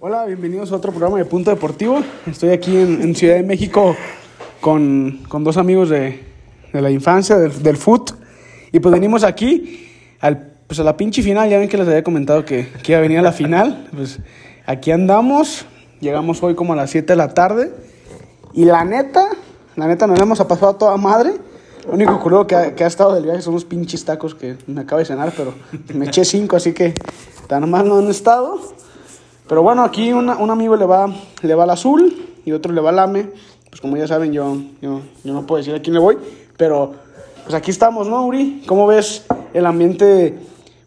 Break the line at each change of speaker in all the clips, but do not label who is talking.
Hola, bienvenidos a otro programa de Punto Deportivo. Estoy aquí en, en Ciudad de México con, con dos amigos de, de la infancia, del, del foot. Y pues venimos aquí al, pues a la pinche final. Ya ven que les había comentado que, que iba a venir a la final. Pues aquí andamos. Llegamos hoy como a las 7 de la tarde. Y la neta, la neta nos la hemos pasado a toda madre. Lo único curioso que ha, que ha estado del viaje son unos pinches tacos que me acabo de cenar, pero me eché cinco, así que tan mal no han estado. Pero bueno, aquí una- un amigo le va, le va al azul y otro le va al AME. Pues como ya saben, yo, yo, yo no puedo decir a quién le voy, pero pues aquí estamos, ¿no, Uri? ¿Cómo ves el ambiente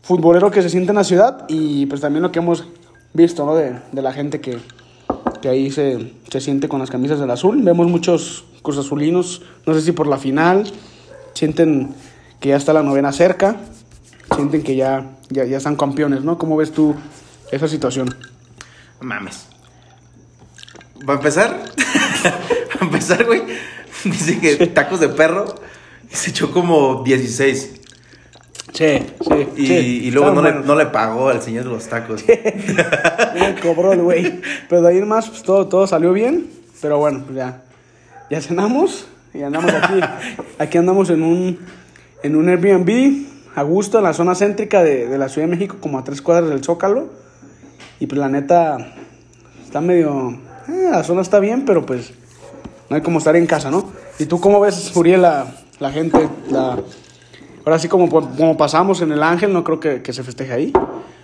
futbolero que se siente en la ciudad y pues también lo que hemos visto, ¿no? De, de la gente que, que ahí se, se siente con las camisas del azul. Vemos muchos cruzazulinos, no sé si por la final, sienten que ya está la novena cerca, sienten que ya, ya, ya están campeones, ¿no? ¿Cómo ves tú esa situación?
No Mames. Para empezar, para empezar, güey, dice que tacos de perro y se echó como 16.
Sí, sí.
Y,
sí.
y luego no
Estaban
le,
buenos.
no le pagó al señor de los tacos.
Me cobró el güey. Pero de ahí en más, pues todo, todo salió bien. Pero bueno, pues ya. Ya cenamos y andamos aquí. Aquí andamos en un, en un Airbnb a gusto en la zona céntrica de, de la Ciudad de México, como a tres cuadras del Zócalo. Y pues la neta, está medio. eh, la zona está bien, pero pues no hay como estar en casa, ¿no? ¿Y tú cómo ves, Uriel, la, la gente? La, ahora sí, como, po- como pasamos en el Ángel, no creo que, que se festeje ahí,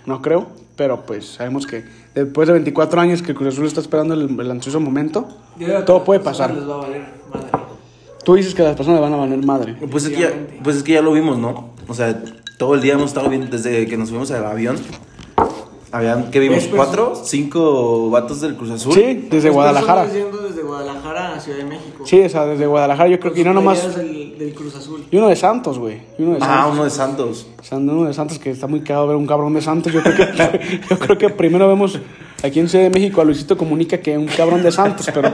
no creo, pero pues sabemos que después de 24 años que Cruz Azul está esperando el, el ansioso momento,
Yo digo que
todo
las
puede
personas
pasar.
Les va a valer madre.
Tú dices que las personas van a valer madre.
Pues es, que ya, pues es que ya lo vimos, ¿no? O sea, todo el día hemos estado viendo desde que nos fuimos al avión. Habían, ¿qué vimos?
Es, pues,
¿Cuatro? ¿Cinco vatos del Cruz Azul?
Sí, desde
Las
Guadalajara.
personas yendo desde Guadalajara a Ciudad de México.
Sí, o sea, desde Guadalajara yo creo que y no
Las
nomás...
playeras Del, del Cruz Azul.
Y uno de Santos, güey. Y uno de Santos.
Ah, uno de Santos.
O sea, uno de Santos que está muy cagado ver un cabrón de Santos. Yo creo que, yo creo que primero vemos aquí en Ciudad de México a Luisito Comunica que un cabrón de Santos, pero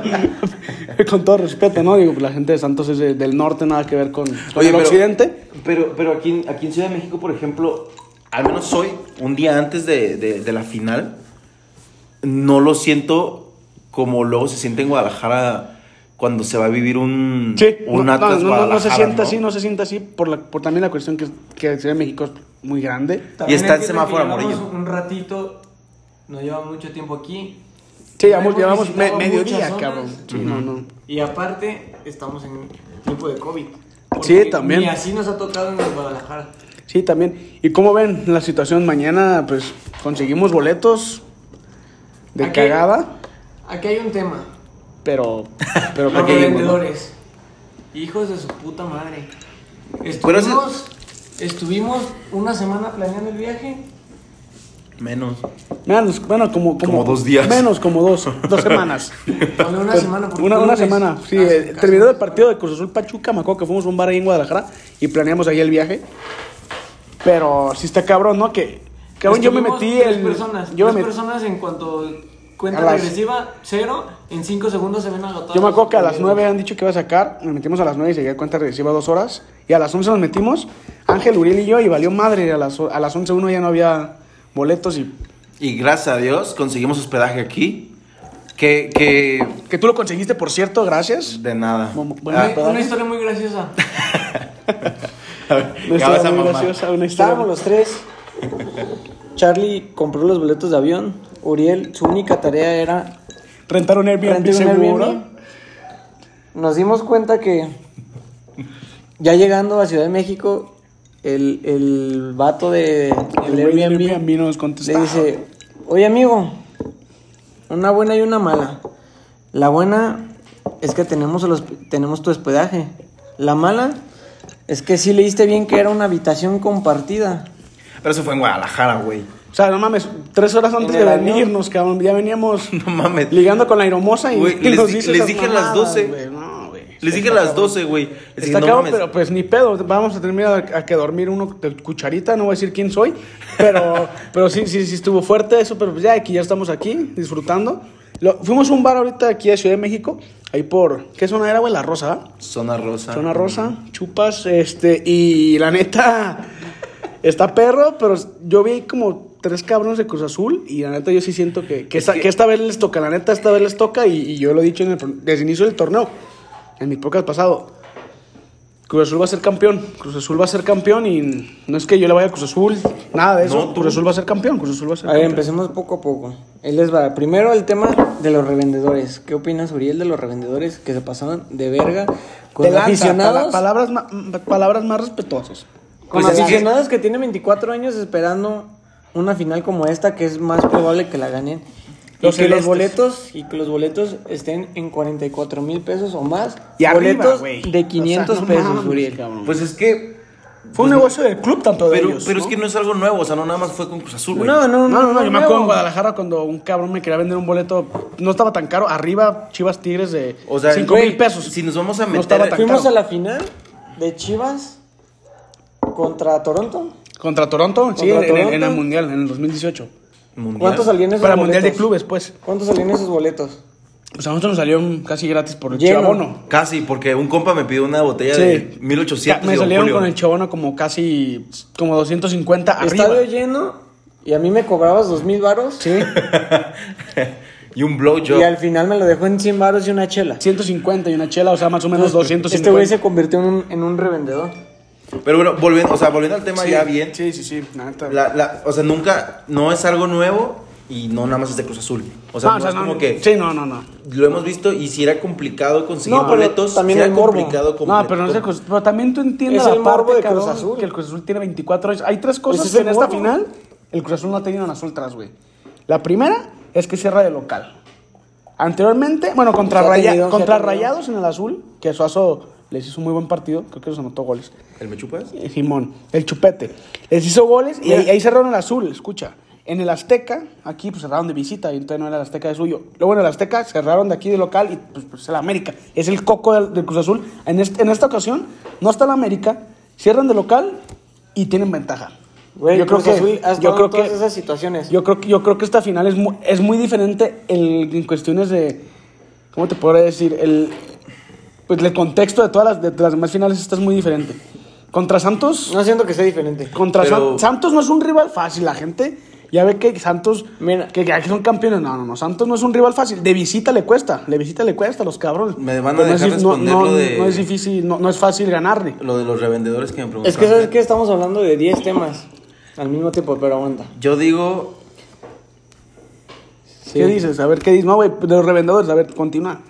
con todo respeto, ¿no? Digo, la gente de Santos es de- del norte, nada que ver con, con el occidente.
Pero, pero aquí, en- aquí en Ciudad de México, por ejemplo, al menos hoy, un día antes de, de- de la final, no lo siento como luego se siente en Guadalajara cuando se va a vivir un,
Sí,
un
no, no, no, no, no
Atlas
se
Guadalajara,
siente
¿no?
así, no se siente así, por, la, por también la cuestión que, que Ciudad de México es muy grande.
Y está el
entiendo que
semáforo
llevamos
amarillo.
Un ratito, no lleva mucho tiempo aquí.
Sí, llevamos,
Hemos
llevamos me-
visitado muchas
mediodía,
zonas.
cabrón. Sí, no, no.
Y aparte, estamos en tiempo de COVID.
Sí, también.
Y así nos ha tocado en Guadalajara.
Sí, también. ¿Y cómo ven la situación? Mañana, pues, conseguimos boletos de
Aquí-
cagada,
Aquí hay un tema.
pero... pero
Los
creo que llegamos, ¿no?
vendedores. Hijos de su puta madre.
Pero
Estuvimos,
ese-
estuvimos una semana planeando el viaje.
Menos.
Menos, bueno, como, como,
Como dos días.
Menos, como dos, dos semanas.
Bueno, una
Pero-
semana. porque fue
Pues, Una, una
lunes.
semana, sí.
Ah,
eh,
casi.
terminó el partido de Cruz Azul Pachuca, me acuerdo que fuimos a un bar ahí en Guadalajara y planeamos ahí el viaje. Pero sí está cabrón, ¿no? Que, cabrón, yo me
Estuvimos
metí
tres
el...
Personas,
yo,
tres
me met-
personas en cuanto
A
cuenta
las-
regresiva, cero. En cinco segundos se ven agotados.
yo me acuerdo que a las 9 han dicho que iba a sacar, nos metimos a las 9 y llegué a cuenta regresiva dos horas. Y a las 11 nos metimos, Ángel, Uriel y yo, y valió madre. A las, o- a las 11 uno ya no había boletos y...
Y gracias a Dios conseguimos hospedaje aquí. Que, que
Que tú lo conseguiste, por cierto, gracias.
de nada.
Bueno, bueno,
Ah,
Una- Una historia muy graciosa.
Una
ya vas Ah, a
historia muy
mamar.
graciosa, una historia-
Estábamos los tres. Charlie compró los boletos de avión. Uriel, su única tarea era
Rentar un Airbnb
rentar un
seguro.
Airbnb. Nos dimos cuenta que ya llegando a Ciudad de México, el, el vato de
El
el
güey del
Airbnb,
Airbnb nos
le
contestaba.
dice, oye amigo, una buena y una mala. La buena es que tenemos, el hosp- tenemos tu hospedaje. La mala es que sí leíste bien que era una habitación compartida.
Pero eso fue en Guadalajara, güey.
O sea, no mames, tres horas antes
En
de
el avión.
venirnos, cabrón. Ya veníamos
No mames.
ligando con la aeromosa y,
Güey,
y
les
nos
di-
dice
les
esas
dije a las
mamadas,
12.
güey. No, güey.
Les dije a las 12, güey. Les dije,
Está
no
cabrón,
mames.
pero pues ni pedo. Vamos a terminar a, a que dormir uno de cucharita. No voy a decir quién soy, pero, pero sí, sí, sí estuvo fuerte eso. Pero pues ya aquí ya estamos aquí disfrutando. Lo- fuimos a un bar ahorita aquí de Ciudad de México. Ahí por. ¿Qué zona era, güey? La Rosa, ¿verdad?
Zona rosa.
Zona rosa, chupas, este, y la neta, está perro, pero yo vi como tres cabrones de Cruz Azul y la neta yo sí siento que, que,
Es
esta,
que-
que esta vez les toca, la neta esta vez les toca y, y yo lo he dicho en el pro- desde el inicio del torneo, en mi podcast pasado. Cruz Azul va a ser campeón, Cruz Azul va a ser campeón y no es que yo le vaya a Cruz Azul, nada de eso,
No, tú.
Cruz Azul va a ser campeón, Cruz Azul va a ser
A ver,
campeón.
empecemos poco a poco. Él les va. Primero el tema de los revendedores. ¿Qué opinas, Uriel, de los revendedores que se pasaban de verga con
Te lanza,
aficionados?
pala- palabras, ma- m- palabras más respetuosas.
Con
Pues así
aficionados que tienen 24 años esperando una final como esta, que es más probable que la ganen. Y
Los
que los
celestes.
boletos y que los boletos estén en 44 mil pesos o más.
Y arriba,
boletos
güey. O sea,
de 500
no
pesos,
mames,
Uriel.
cabrón.
Pues es que.
Fue un negocio del club tanto de
Pero,
ellos,
pero
¿no?
es que no es algo nuevo, o sea, no nada más fue con Cruz Azul, güey.
No, no, no,
No, no, no, yo me acuerdo en
nuevo.
Guadalajara cuando un cabrón me quería vender un boleto, no estaba tan caro, arriba Chivas Tigres de
O sea,
5
güey,
mil pesos.
si nos vamos a
No
meter-
estaba tan
Fuimos
caro.
a la final de Chivas contra Toronto.
Contra Toronto, sí,
Contra
en, el- en
Toronto.
el Mundial, en el 2018.
Mundial.
¿Cuántos salían esos
Para el
boletos?
Mundial de Clubes, pues.
¿Cuántos salían esos boletos?
Pues a nosotros nos salieron casi gratis por el
Lleno.
chivabono.
Casi, porque un compa me pidió una botella de 1800.
Me
digo,
salieron
Julio.
con el chivabono como casi, como 250 arriba.
Estadio lleno y a mí me cobrabas dos mil varos.
Sí,
Y un blowjob.
Y al final me lo dejó en 100 varos y una chela.
150 y una chela, o sea, más o menos
Entonces,
250.
Este güey se convirtió en un, en un revendedor.
Pero bueno, volviendo, o sea, volviendo al tema
Sí,
ya bien.
Sí, sí, sí. la neta.
La, la- o sea, nunca, no es algo nuevo y no nada más es de Cruz Azul. O sea,
No,
no,
o sea,
es
no,
como que
Sí, no, no, no.
lo hemos visto y si era complicado conseguir
No, pero
boletos,
también
si
el
era
morbo.
complicado
No, pero, no es de
completo.
Cruz- pero también tú entiendes
Es
la
el
parte,
morbo de Cruz
cabrón,
Azul.
que el Cruz Azul tiene 24 años. Hay tres cosas
Ese es
que
el
en esta
morbo.
final el Cruz Azul no ha tenido en las ultras, güey. La primera es que cierra de local. Anteriormente, bueno, contra,
Se ha
Raya-
tenido, se ha
contra
tenido.
Rayados en el azul, que Suazo les hizo un muy buen partido, creo que les anotó goles.
¿El me chupas?
Eh, Simón, el chupete. Les hizo goles y ahí, ahí cerraron el azul, escucha. En el Azteca, aquí pues cerraron de visita y entonces no era el Azteca de suyo. Luego en el Azteca cerraron de aquí de local y pues, pues, el América. Es el coco del, del Cruz Azul. En, este- en esta ocasión no está el América, cierran de local y tienen ventaja.
Güey,
yo creo
Cruz Azul
que,
ha estado
yo creo
en todas
que,
esas situaciones.
yo creo que, yo creo que esta final es muy, es muy diferente el- en cuestiones de, ¿cómo te podría decir? El, pues el contexto de todas las, de, de las demás finales esta es muy diferente. Contra Santos,
No siento que sea diferente.
contra San-
Pero-
Santos no es un rival fácil, la gente ya ve que Santos,
Mira.
que, que aquí son campeones, no, no, no, Santos no es un rival fácil, de visita le cuesta, de visita le cuesta a los cabrones.
Me van a
Pero no
dejar
es dif- no,
responder
no-
lo de-
no es difícil, no, no es fácil ganarle.
Lo de los revendedores que me preguntaron.
Es que sabes que estamos hablando de 10 temas al mismo tiempo, pero aguanta.
Yo digo,
Sí.
¿Qué dices? A ver, ¿qué dices? No, güey, de los revendedores, a ver, continúa.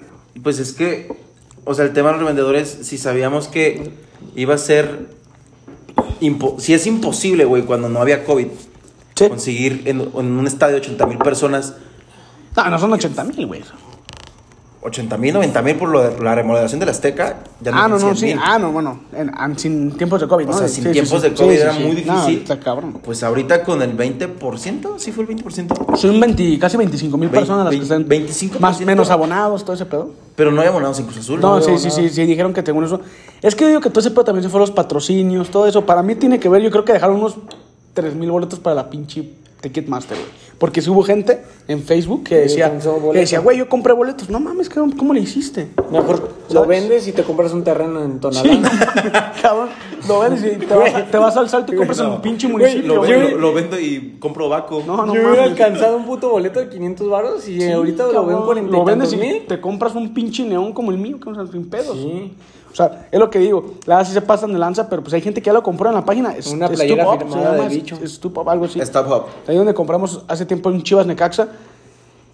Pues es que, o sea, el tema de los revendedores, si sabíamos que iba a ser. impo- si es imposible, güey, cuando no había COVID,
Sí.
conseguir en, en un estadio 80 mil personas,
No, no son 80 mil, güey.
80 mil, 90 mil por lo de- la remodelación del Azteca, ya
Ah, no,
eran
no,
100,000.
sí. Ah, no, bueno. en- an- sin tiempos de COVID,
O
¿no?
sea,
Sí,
sin
sí,
tiempos
sí,
de
sí,
COVID
sí,
era
sí.
muy
No,
difícil.
está cabrón.
Pues ahorita con el 20%, sí fue el 20%,
Son 20, casi 25 mil
Vein-
personas las que
vein-
están.
25%.
Más, menos abonados, todo ese pedo.
pero no hay abonados en Cruz Azul.
No,
güey.
sí, sí, sí, sí, dijeron que tengo eso. Es que yo digo que todo ese pedo también se fueron los patrocinios, todo eso. Para mí tiene que ver, yo creo que dejaron unos 3 mil boletos para la pinche Ticketmaster, güey. Porque si hubo gente en Facebook que
Que
decía,
alcanzó
que
boleto.
decía, güey, yo compré boletos. No mames, cabrón, ¿cómo le hiciste?
Mejor lo
¿Sabes?
vendes y te compras un terreno en Tonalá.
Sí, cabrón, lo ves y te vas, a- te vas al salto y compras en un pinche
Güey,
municipio.
Lo,
güey.
lo- lo vendo y compro vaco.
No, no
Yo hubiera
mames.
alcanzado un puto boleto de 500 varos y
Sí,
ahorita lo
cabrón,
ven por
Lo vendes y
mil.
te compras un pinche neón como el mío, que no sin pedos.
Sí.
O sea, es lo que digo. La verdad sí se pasan de lanza, pero pues hay gente que ya lo compró en la página. Es-
Una playera
Stupop,
firmada
se llama,
de bicho.
es- Stupop, algo así.
Stop Hub.
Ahí donde compramos hace tiempo un Chivas Necaxa.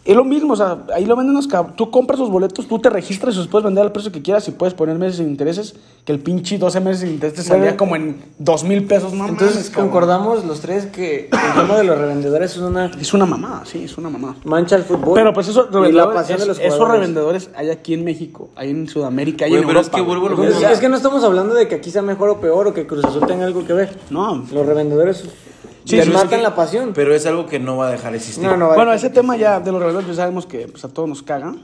Es lo mismo, o sea, ahí lo venden los cab- Tú compras los boletos, tú te registras y los puedes vender al precio que quieras y puedes poner meses sin intereses. Que el pinche 12 meses sin intereses te salía
Bueno.
como en 2 mil pesos, no mames,
Entonces
cabrón.
concordamos los tres que el tema de los revendedores es una
Es una mamada, sí, es una mamada.
mancha al fútbol.
Pero pues esos
y la
revendedores,
pasión de los
es- esos
jugadores.
revendedores hay aquí en México, hay en Sudamérica, hay
Güey,
en
pero es
Europa.
que
güey.
vuelvo a lo
Es,
mismo.
es que no estamos hablando de que aquí sea mejor o peor o que Cruz Azul tenga algo que ver.
No.
Los revendedores
Sí,
les
sí, sí,
matan
sí.
la pasión.
Pero es algo que no va a dejar de existir.
No, no,
Bueno,
vale.
ese tema ya de los revendedores pues, sabemos que pues, a todos nos caga,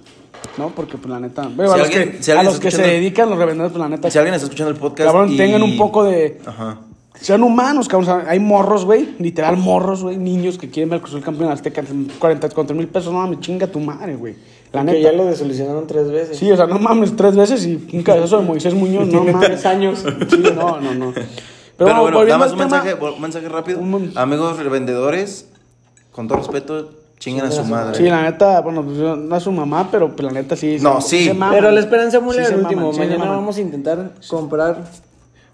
¿no? Porque pues la neta, güey,
Si
a los,
alguien-
que,
si
a
alguien
los
está
que se
escuchando-
dedican los revendedores pues la neta,
Si alguien está escuchando el podcast.
cabrón,
y-
tengan un poco de
Ajá.
sean humanos, cabrón, o sea, hay morros, güey, literal morros, güey, niños que quieren ver al Cruz Azul campeón Azteca 44 mil pesos, no mames, chinga tu madre, güey. La
que
neta.
ya lo desolucionaron tres veces.
Sí, o sea, no mames, tres veces y un cabezazo de Moisés Muñoz, no
Tiene
mames.
tres años.
Sí, no, no, no. Pero, bueno,
Pero, bueno,
volviendo
nada más
al
un
tema-
mensaje, un mensaje rápido.
Un mon-
Amigos revendedores, con todo respeto, chinguen a su madre.
Sí, la neta, bueno, pues, no a su mamá, pero pues, la neta sí.
No, sí.
maman.
ah, Pero la esperanza
Sí
muere
se
al último.
maman, sí se
Mañana
maman.
vamos a intentar comprar.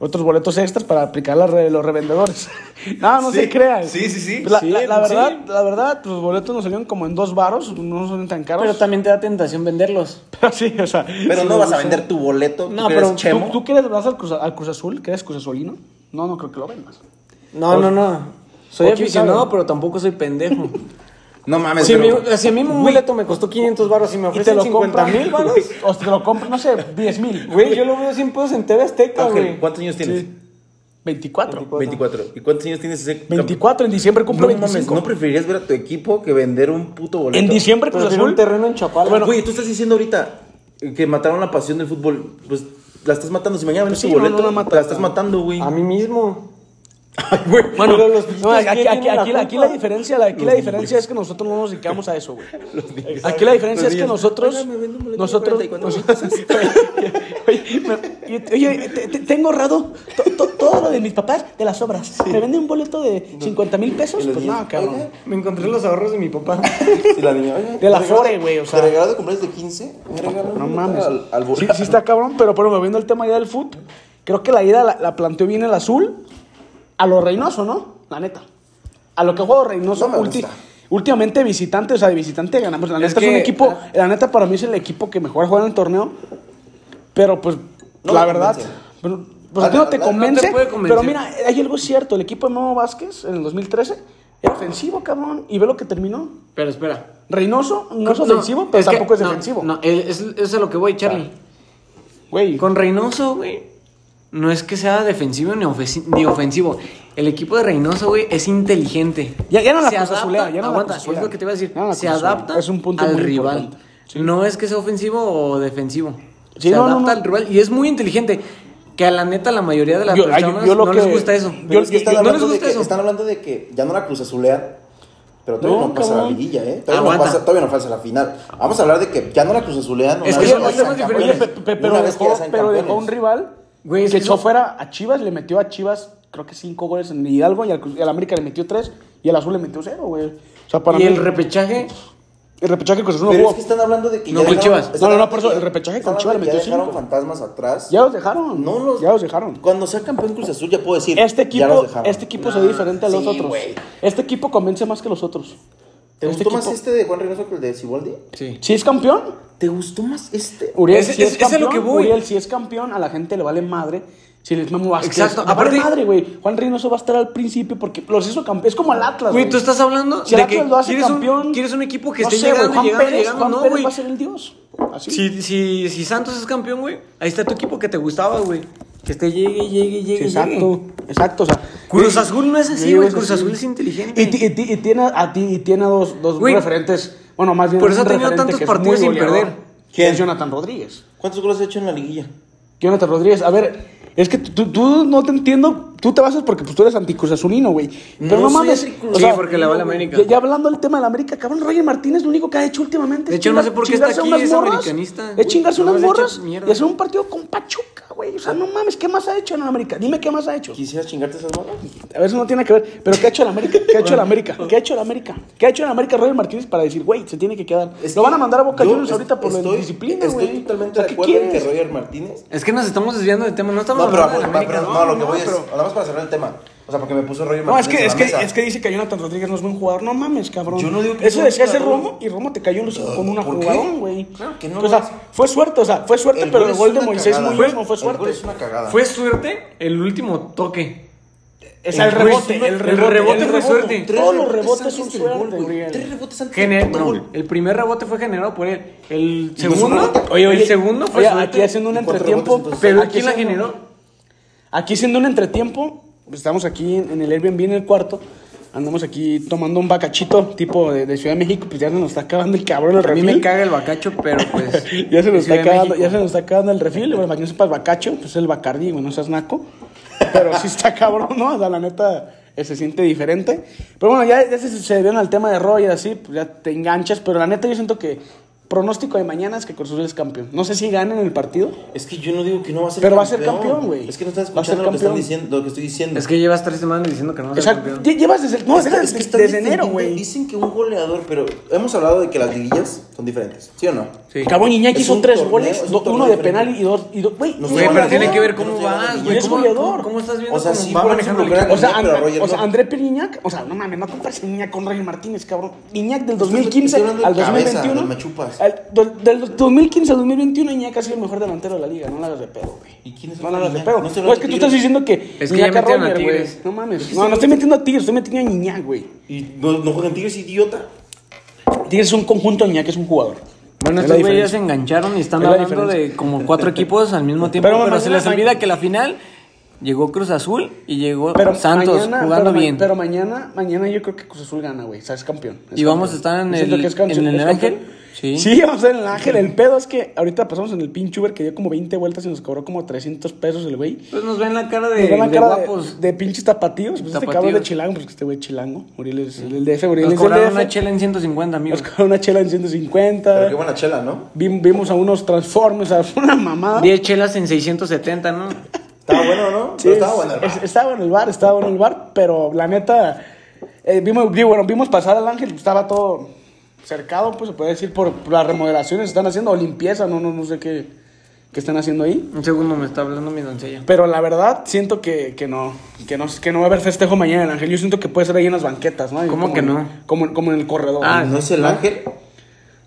Otros boletos extras para aplicar la re- los revendedores. no, no
Sí,
se crean.
sí, sí, sí.
Pues, La,
Sí,
la- la
sí.
verdad, la verdad, los boletos nos salieron como en dos varos, no son tan caros.
Pero también te da tentación venderlos.
Pero sí, o sea.
Pero
sí,
no vas a
sí.
vender tu boleto.
No,
No, pero
pero
¿Tú,
chemo.
¿Tú que eres- vas al Cruz, al Cruz Azul? ¿Que eres Cruz Azulino? No, no creo que lo vendas.
No, no, no. Soy
¿O quién
aficionado,
sabe?
pero tampoco soy pendejo.
No mames,
si,
pero-
mi- si a mí un boleto me costó 500 baros y me
Pues Y te
ofrecen
lo
50
compran
mil
mil
baros.
O te lo compran, no sé, 10 mil.
Güey, yo lo veo 100 pesos en TV Azteca,
Ángel,
güey.
¿cuántos años tienes?
24.
24. ¿Y cuántos años tienes ese
24, en diciembre
No
cumple
mames,
25.
¿no preferirías ver a tu equipo que vender un puto boleto?
en diciembre Cruz
Prefiero
Azul.
un terreno en Chapala.
Bueno, güey, tú estás diciendo ahorita que mataron la pasión del fútbol. Pues la estás matando. Si mañana
Pues
vendes
Sí,
tu
no,
boleto,
no la matas,
la estás
no.
matando, güey.
a mí mismo.
Bueno,
Pero los niños,
no, aquí,
¿quién
aquí-
tiene la
aquí la, aquí la
culpa?
diferencia, la- aquí la diferencia es que nosotros no nos dedicamos a eso, güey. Aquí la diferencia
Los
es que
niños.
nosotros,
Oiga, me vende un boleto de
nosotros,
44
nosotros- oye, me- y- oye, te- te- tengo ahorrado to- to- todo lo de mis papás de las obras. Me venden un boleto de 50 mil pesos, pues no, cabrón.
Me encontré los ahorros de mi papá.
Y la niña, oye,
De la
¿te regalo-
Fore, güey, o sea.
¿Te regalas de cumpleaños de 15? Me regalas
No
un
mames.
Al, al
Sí, sí está cabrón, pero bueno, moviendo el tema ya del fútbol, creo que la ida la, la planteó bien el azul a lo Reynoso, ¿no? La neta. A lo que juega Reynoso
No me
ulti-
gusta.
últimamente visitante, o sea, de visitante ganamos. La
Es
neta es, un
que-
equipo, la neta para mí es el equipo que mejor juega en el torneo, pero pues
No
la
me
verdad,
convence.
pero- pues
Ah,
a ti no
la-
te
la- no te
convence,
puede
pero
convencer.
mira, hay algo cierto, el equipo de Memo Vázquez en el 2013 era ofensivo, cabrón, y ve lo que terminó.
Pero espera.
Reynoso no es
No,
ofensivo, pero
es que-
tampoco es
no,
defensivo.
No, es, es a lo que voy, Charlie.
Ah. Güey,
Con Reynoso, güey, no es que sea defensivo ni, ofensi- ni ofensivo. El equipo de Reynoso, güey, es inteligente.
Ya- ya no la
Se
cruzazulea,
adapta-
ya no la
aguanta,
cruzazulea.
es lo que te iba a decir.
Ya no la
se
cruzazulea.
adapta
Es un punto
al
muy
rival.
importante.
No es que sea ofensivo o defensivo.
Sí,
se
no, no,
adapta
no.
al rival y es muy inteligente. Que a la neta la mayoría de las
Yo- ay, yo-
personas
yo lo
no
que-
les gusta eso.
Yo-
Pero es que
yo-
están
yo-
no les
hablando de
gusta
que-
eso.
Están hablando de que ya no la cruzazulean. Pero todavía
No,
no, pasa la
cabrón.
liguilla, ¿eh? Todavía no,
Aguanta.
pasa, todavía no pasa la final. Vamos a hablar de que ya no la cruzazulean. una
Es que
vez
son
que
dos
ya
temas
sean
Oye,
diferentes.
pe-
campeones.
pe- pero,
Una vez que ya
dejó,
sean
pero dejó
campeones.
un rival
Güey, es
que
que
echó
eso-
fuera a Chivas, le metió a Chivas creo que cinco goles en Hidalgo y al, Cruz- y al América le metió tres y al Azul le metió cero, güey. O sea, para
y
mí,
el repechaje,
el repechaje con Cruz Azul no
Pero
jugó.
es que están hablando de que
No, con
dejaron-
Chivas.
están
No, no, no,
hablando
por eso
de que-
el repechaje
están
con Chivas le
hablando de que
metió
ya dejaron
cinco.
fantasmas atrás.
Ya los dejaron.
No los-
Ya los dejaron.
Cuando sea campeón Cruz Azul ya puedo decir.
Este
ya los
equipo,
dejaron. Ah,
este equipo se ve diferente a los
sí,
otros.
güey.
Este equipo convence más que los otros.
¿Te
este
gustó más
equipo-
este de Juan Reynoso que el de Siboldi?
sí.
Si es campeón,
¿Te gustó más este?
Uriel
Ese-
si es,
ese- ese es
campeón,
lo que voy.
Uriel si es campeón, a la gente le vale madre. Si les mamo Vázquez,
Exacto,
le vale
aparte-
madre, güey. Juan Reynoso va a estar al principio porque los hizo campeón. Es como al Atlas,
Güey, tú estás hablando
Si el
de que
Atlas lo hace
quieres un-
campeón,
quieres un equipo que
no
esté
sé, güey,
llegando,
Juan
llegando,
Pérez,
llegando,
Juan
no,
Pérez
güey.
va a ser el dios. Así.
Si, si, si Santos es campeón, güey, ahí está tu equipo que te gustaba, güey. Que esté llegue, llegue,
Sí,
llegue.
exacto,
llegue.
exacto, o sea,
Cruz
yo-
Azul no es
yo
así,
digo
güey.
es
Cruz
así.
Azul es inteligente.
Y, ti- y ti- y tiene a- a ti y tiene a dos, dos
Güey,
referentes, bueno, más bien
por eso
un
ha tenido
referente
tantos
que es
partidos
muy
sin
goleador,
perder.
que
¿Quién?
es Jonathan Rodríguez.
¿Cuántos goles has hecho en la liguilla?
Jonathan Rodríguez, a ver, es que tú, tú no te entiendo, tú te basas porque pues, tú eres anticruzazulino, güey. Pero no,
No soy
mames.
anticruz-
Sí, porque le va a la América.
Ya, ya hablando del tema de la América, cabrón, Roger Martínez lo único que ha hecho últimamente
De
es
hecho, no
chingar-
sé por qué está
chingarse
aquí,
unas
es
morras,
americanista.
Es chingarse
No, le
unas
ha hecho
morras
mierda.
y hacer un partido con Pachuca, güey. O sea, no mames, ¿qué más ha hecho en la América? Dime qué más ha hecho.
¿Quisieras chingarte esas bolas?
A ver, eso no tiene que ver. Pero ¿qué ha hecho el América? ¿Qué ha hecho el América? ¿Qué ha hecho el América? ¿Qué ha hecho el América Roger Martínez para decir, güey, se tiene que quedar?
Es
lo
que
van a mandar a Boca
yo
Juniors
es-
ahorita por la
estoy-
indisciplina, güey.
Estoy
O
totalmente
sea,
de
¿qué
acuerdo en que
quieres?
Roger Martínez.
Es que nos estamos desviando del tema, no estamos
No, pero,
hablando de la
pero-
América.
pero- no, lo que
no,
voy es.
pero-
Nada más para cerrar el tema. O sea, porque me puso Roger
No, es
Martínez.
que,
en
es,
la
que,
mesa.
es que dice que Jonathan Rodríguez no es buen jugador. No mames, cabrón.
Yo no digo que
Eso
sea
decía
un
ese
jugador.
Romo y Romo te cayó en los hocico con una
¿Por qué?
jugadón, güey.
Claro que no,
O sea,
güey.
fue suerte, o sea, fue suerte, pero el
es
gol de
una
Moisés
cagada.
Muñoz no fue
El gol
suerte.
es una cagada.
Fue suerte el último toque.
O sea, el
Güey,
rebote,
el
el
rebote,
rebote,
el
fue
rebote.
suerte. Todos los
antes
rebotes son
del gol,
suerte,
güey.
Uriel.
Tres rebotes antes
Gener-
del gol.
no, el primer rebote fue generado por él. El
fue un
segundo,
rebote.
Oye, oye,
el segundo fue
oye,
suerte.
aquí haciendo un
¿Y Pues, cuatro
entretiempo.
rebotes, entonces?
Pero
aquí
¿quién la
haciendo-
generó?
Aquí siendo un entretiempo, pues, estamos aquí en, en el Airbnb en el cuarto. Andamos aquí tomando un bacachito tipo de, de Ciudad de México, pues ya se nos está acabando el cabrón el
A mí me
refil.
caga el bacacho, pero pues.
Ya se nos está
Ciudad de
acabando,
México.
ya se nos está acabando el refil, bueno, para que no sepas bacacho, pues el bacardí, güey, no seas naco. Pero sí está cabrón, ¿no? O sea, la neta eh, se siente diferente. Pero bueno, ya, ya se, se dieron al tema de Roy así, pues ya te enganchas, pero la neta yo siento que pronóstico de mañana es que Cruz Azul es campeón. No sé si ganen el partido.
Es que yo no digo que no va a ser
Pero va a ser campeón, güey.
Es que no estás
Va a ser
escuchando lo que, están
campeón.
diciendo, lo que estoy diciendo.
Es que llevas tres semanas diciendo que no vas
O
a ser
sea,
campeón.
lle- llevas desde, no,
Es que-
desde-
es que
desde
está
enero,
distinto.
güey.
Dicen que un goleador, pero hemos hablado de que las liguillas son diferentes, ¿sí o no?
Sí. Cabrón, Iñaki
Es
hizo
un
tres
torneo,
goles,
es un
do-
torneo
uno de
diferente.
penal y dos. Y dos güey, un
No sé,
Güey, pero
goleador.
tiene que ver
No
cómo
te llevan a
vas,
la
güey.
liguilla.
¿Cómo,
Es goleador.
cómo- cómo estás viendo?
O sea,
cómo
sí,
va
por
manejando el
ejemplo,
equipo?
O sea,
Iñak, pero
André-
Roger
o sea,
no.
André Piriñac, o sea, no mames, no compares a Iñak con Roger Martínez, cabrón. Iñak del
Estoy-
2015
estoy hablando de
al
cabeza,
2021.
no me chupas.
al- do- del 2015 al 2021 Iñak ha sido el mejor delantero de la liga, no la hagas de pedo, güey.
¿Y quién es
No
el
la hagas de
Iñak?
pedo.
No
No,
estoy
es
hablando
que tú
de
estás
Tigres.
diciendo que
Es que
Iñak
ya
a
metieron a
Roger, güey.
Tigres.
No mames. No, no estoy metiendo a Tigres, estoy metiendo a Iñak, güey.
Y no, no juegan Tigres, idiota.
Tigres es un conjunto, Iñak es un jugador.
Bueno,
Es la
estos güeyes ya se
diferencia.
engancharon y están
Es la
hablando de
diferencia.
como cuatro equipos al mismo tiempo. Pero,
Pero
se
mañana-
les olvida que la final llegó Cruz Azul y llegó
Pero
Santos
mañana-
jugando
pero ma-
bien.
Pero mañana, mañana yo creo que Cruz Azul gana, güey. O sea, es campeón. es
¿Y vamos
campeón.
a estar en
Yo
el-
siento que es campeón-
en el
es
Ángel?
campeón.
Sí.
Sí. vamos a estar en el Ángel. El pedo es que ahorita pasamos en el pinche Uber que dio como 20 vueltas y nos cobró como 300 pesos el güey.
Pues nos ven la cara de,
Nos da la
de
cara de-
guapos.
de, pinches tapatíos. Pues este
Tapatíos.
cabrón es de chilango, pues que este güey es chilango. Uriel es el DF, Uriel
nos
es el
cobraron
DF.
una chela en 150, amigos.
Nos cobraron una chela en
Pero
150.
qué buena chela, ¿no?
Vim- Vimos a unos Transformers, a una mamada.
10 chelas en 670, ¿no?
Estaba bueno, ¿no?
Sí,
Pero estaba
es-
bueno.
es- estaba en el bar, estaba bueno el bar, pero la neta, eh, vimos, vi- bueno, vimos pasar al ángel, estaba todo cercado, pues se puede decir, por, por las remodelaciones que están haciendo, o limpieza, no, no, no sé qué, qué están haciendo ahí.
Un segundo me está hablando mi doncella.
Pero la verdad, siento que, que no, que no, que no va a haber festejo mañana en el ángel. Yo siento que puede ser ahí en las banquetas, ¿no? Y
¿Cómo
como
que
en-
no?
Como, como en el corredor.
Ah,
¿No es el ángel?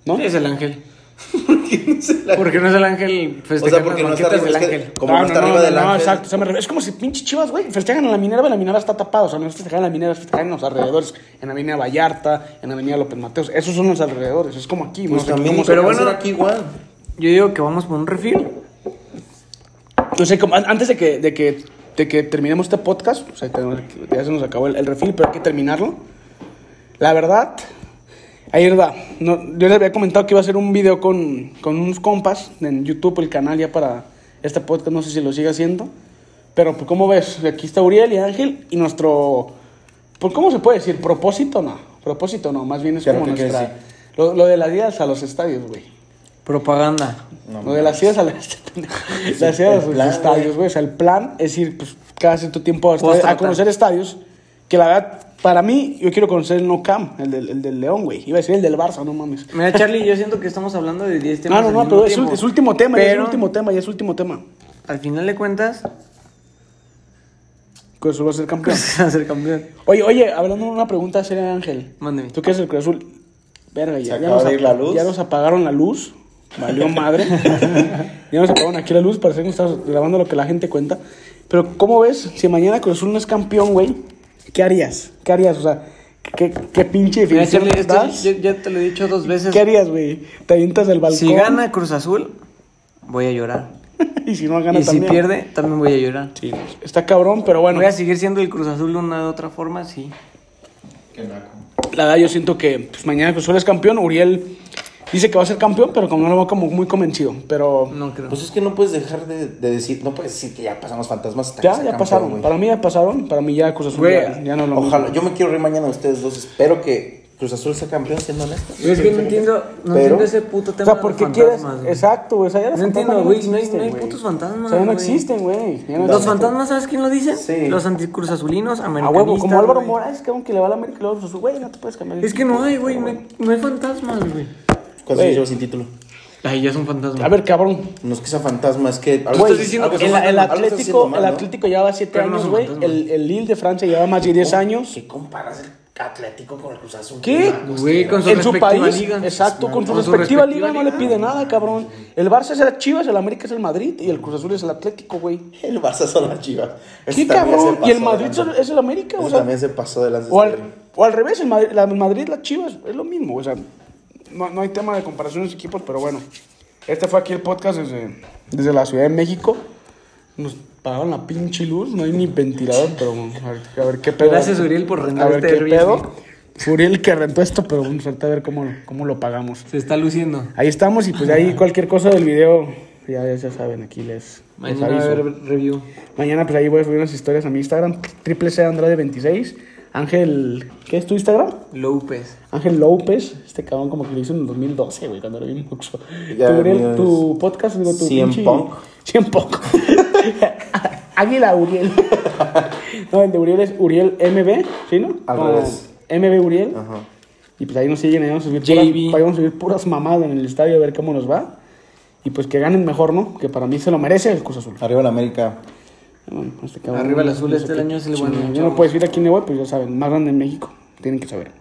¿no?
Es el ángel.
¿Quién es el ángel?
Porque no es el ángel
O
festejar
sea, porque no
las
está
banquetas
arriba
del
es que
ángel.
Ah,
Como no, está arriba del ángel.
exacto. o sea, me refiero- es como si pinche chivas, güey, festejan en la Minerva y la Minerva está tapada. O sea, no es festejar en la Minerva, es festejar en los alrededores. En la Avenida Vallarta, en la Avenida López Mateos. Esos son los alrededores. Es como aquí,
Pues
no sé
también,
cómo se-
pero
bueno,
bueno, aquí igual.
Yo digo que vamos por un refil.
O sea, como an- antes de que, de que, de que terminemos este podcast, o sea, tenemos que- ya se nos acabó el, el refil, pero hay que terminarlo. La verdad, ahí va. No, yo les había comentado que iba a hacer un video con, con unos compas en YouTube, el canal ya para este podcast, no sé si lo sigue haciendo. Pero, pues, ¿cómo ves? Aquí está Uriel y Ángel y nuestro... Pues, ¿Cómo se puede decir? ¿Propósito? No. Propósito no, más bien es
Claro
como
que quiere
nuestra... Lo, lo de las ideas a los estadios, güey.
Propaganda.
Lo de las ideas a las, las ideas a los
plan,
estadios, güey. O sea, el plan es ir pues, cada cierto tiempo a,
Puedo
estadios- a
tratar.
conocer estadios. Que la verdad, para mí, yo quiero conocer el No Camp, el del, el del León, güey. Iba a decir el del Barça, no mames. Ah,
Mira, Charlie, yo siento que estamos hablando de 10 temas.
No, no,
al
no,
mismo
pero es,
tiempo.
ul- es último tema, ya es
Pero,
último tema, ya es último tema.
Al final de cuentas,
Cruz Azul va a ser campeón.
a ser campeón.
Oye, oye, hablando de una pregunta seria, Ángel.
Mándeme.
¿Tú qué es el Cruz Azul? Verga, ya,
Se
ya
acaba
nos
de
ap-
ir la luz.
ya nos apagaron la luz. Valió madre. ya nos apagaron aquí la luz. Parece que estamos grabando lo que la gente cuenta. Pero, ¿cómo ves? Si mañana Cruz Azul no es campeón, güey, ¿qué harías? ¿Qué harías? O sea, ¿qué, qué pinche
Mira,
definición
Charlie, este esto
das?
ya, ya te lo he dicho dos veces.
¿Qué harías, güey? ¿Te avientas del balcón?
Si gana Cruz Azul, voy a llorar.
y si no gana
y si
también.
pierde, también voy a llorar.
Sí, está cabrón, pero bueno.
Voy a seguir siendo el Cruz Azul de una u otra forma, sí.
La verdad, yo siento que pues, mañana Cruz Azul es campeón. Uriel dice que va a ser campeón, pero como no lo veo como muy convencido. Pero
No creo.
Pues es que no puedes dejar de, de decir, no puedes decir que ya pasan los fantasmas. hasta que
ya,
sea
ya
campeón,
pasaron.
güey.
Para mí ya pasaron. Para mí ya Cruz Azul
Güey,
ya, ya no es lo
Ojalá,
mismo.
yo me quiero reír mañana de ustedes dos. Espero que Cruz Azul sea campeón, siendo honesto.
Es que no entiendo, no
Pero-
entiendo ese puto
pues, O
tema
sea, ¿por qué
de los
quieres?
fantasmas, güey.
Exacto, güey. O sea, ya los
No
fantasmas
entiendo, güey, no hay,
existen,
no hay
güey.
putos
O
fantasmas,
sea, ya no
güey.
existen, güey. Ya no
Los
existen.
fantasmas, ¿sabes quién lo dice?
Sí.
Los anticruzazulinos,
A
americanistas.
huevo, como Álvaro
güey.
Morales, que aunque le va a la América y luego Cruz Azul, güey, no te puedes cambiar. el
Es que
equipo.
no hay, güey, no hay, no hay fantasmas, güey.
¿Cuántos
Güey.
llevo sin título?
Ay, ya es un fantasma.
A ver, cabrón.
No es que sea fantasma, es que. algo
Güey,
estás
diciendo
algo
que
el,
estás
el
haciendo mal, algo estás haciendo
Atlético,
mal,
el
¿no?
Atlético llevaba 7
Pero no
años,
son
güey.
fantasmas.
El, el Lille de Francia llevaba más de 10 años.
¿Qué comparas el Atlético con el Cruz Azul?
¿Qué?
Güey, con su
en su
respectiva
país,
liga.
exacto, con su
Con su
respectiva
respectiva
liga no le
liga.
pide nada, cabrón. El Barça es el Chivas, el América es el Madrid y el Cruz Azul es el Atlético, güey.
este. El Barça son las chivas.
¿Qué
Ese también
cabrón?
se
Y el
pasó de
Madrid
lanza.
es el América,
Ese
o sea.
también se pasó de lanza.
O
este
al,
güey.
o al revés, el Madrid, la Madrid, las Chivas, es lo mismo, o sea, no, no hay tema de comparaciones de equipos, pero bueno. Este fue aquí el podcast desde, desde la Ciudad de México. Nos pagaron la pinche luz, no hay ni ventilador, pero a ver, a ver qué pedo.
Gracias, Uriel, por rentar
A ver
este
qué
Airbnb.
pedo. Fue Uriel que rentó esto, pero vamos a ver cómo, cómo lo pagamos.
Se está luciendo.
Ahí estamos y pues ahí cualquier cosa del video, ya, ya saben, aquí les, les
Mañana va a
Pues, aviso.
haber review.
Mañana pues ahí voy a subir unas historias a mi Instagram, triple C Andrade 26. Ángel, ¿qué es tu Instagram?
López.
Ángel López, este cabrón como que lo hizo en el 2012, güey, cuando lo vi mucho.
Ya,
tu, Uriel,
mira,
tu podcast, digo, tu
CM
pinche-
Punk.
CM Punk. Águila Uriel. no, el de Uriel es Uriel MB, ¿sí, no?
Al
O
revés.
MB Uriel.
Ajá.
Y pues ahí nos siguen, ahí vamos a subir,
JB.
puras, ahí vamos a subir puras mamadas en el estadio a ver cómo nos va. Y pues que ganen mejor, ¿no? Que para mí se lo merece el Cruz Azul.
Arriba la América.
Bueno, este
Arriba el azul, este
qué
año es el bueno,
chingada. Yo
chavos.
no puedo decir a quién le voy, pues ya saben, más grande en México. Tienen que saber.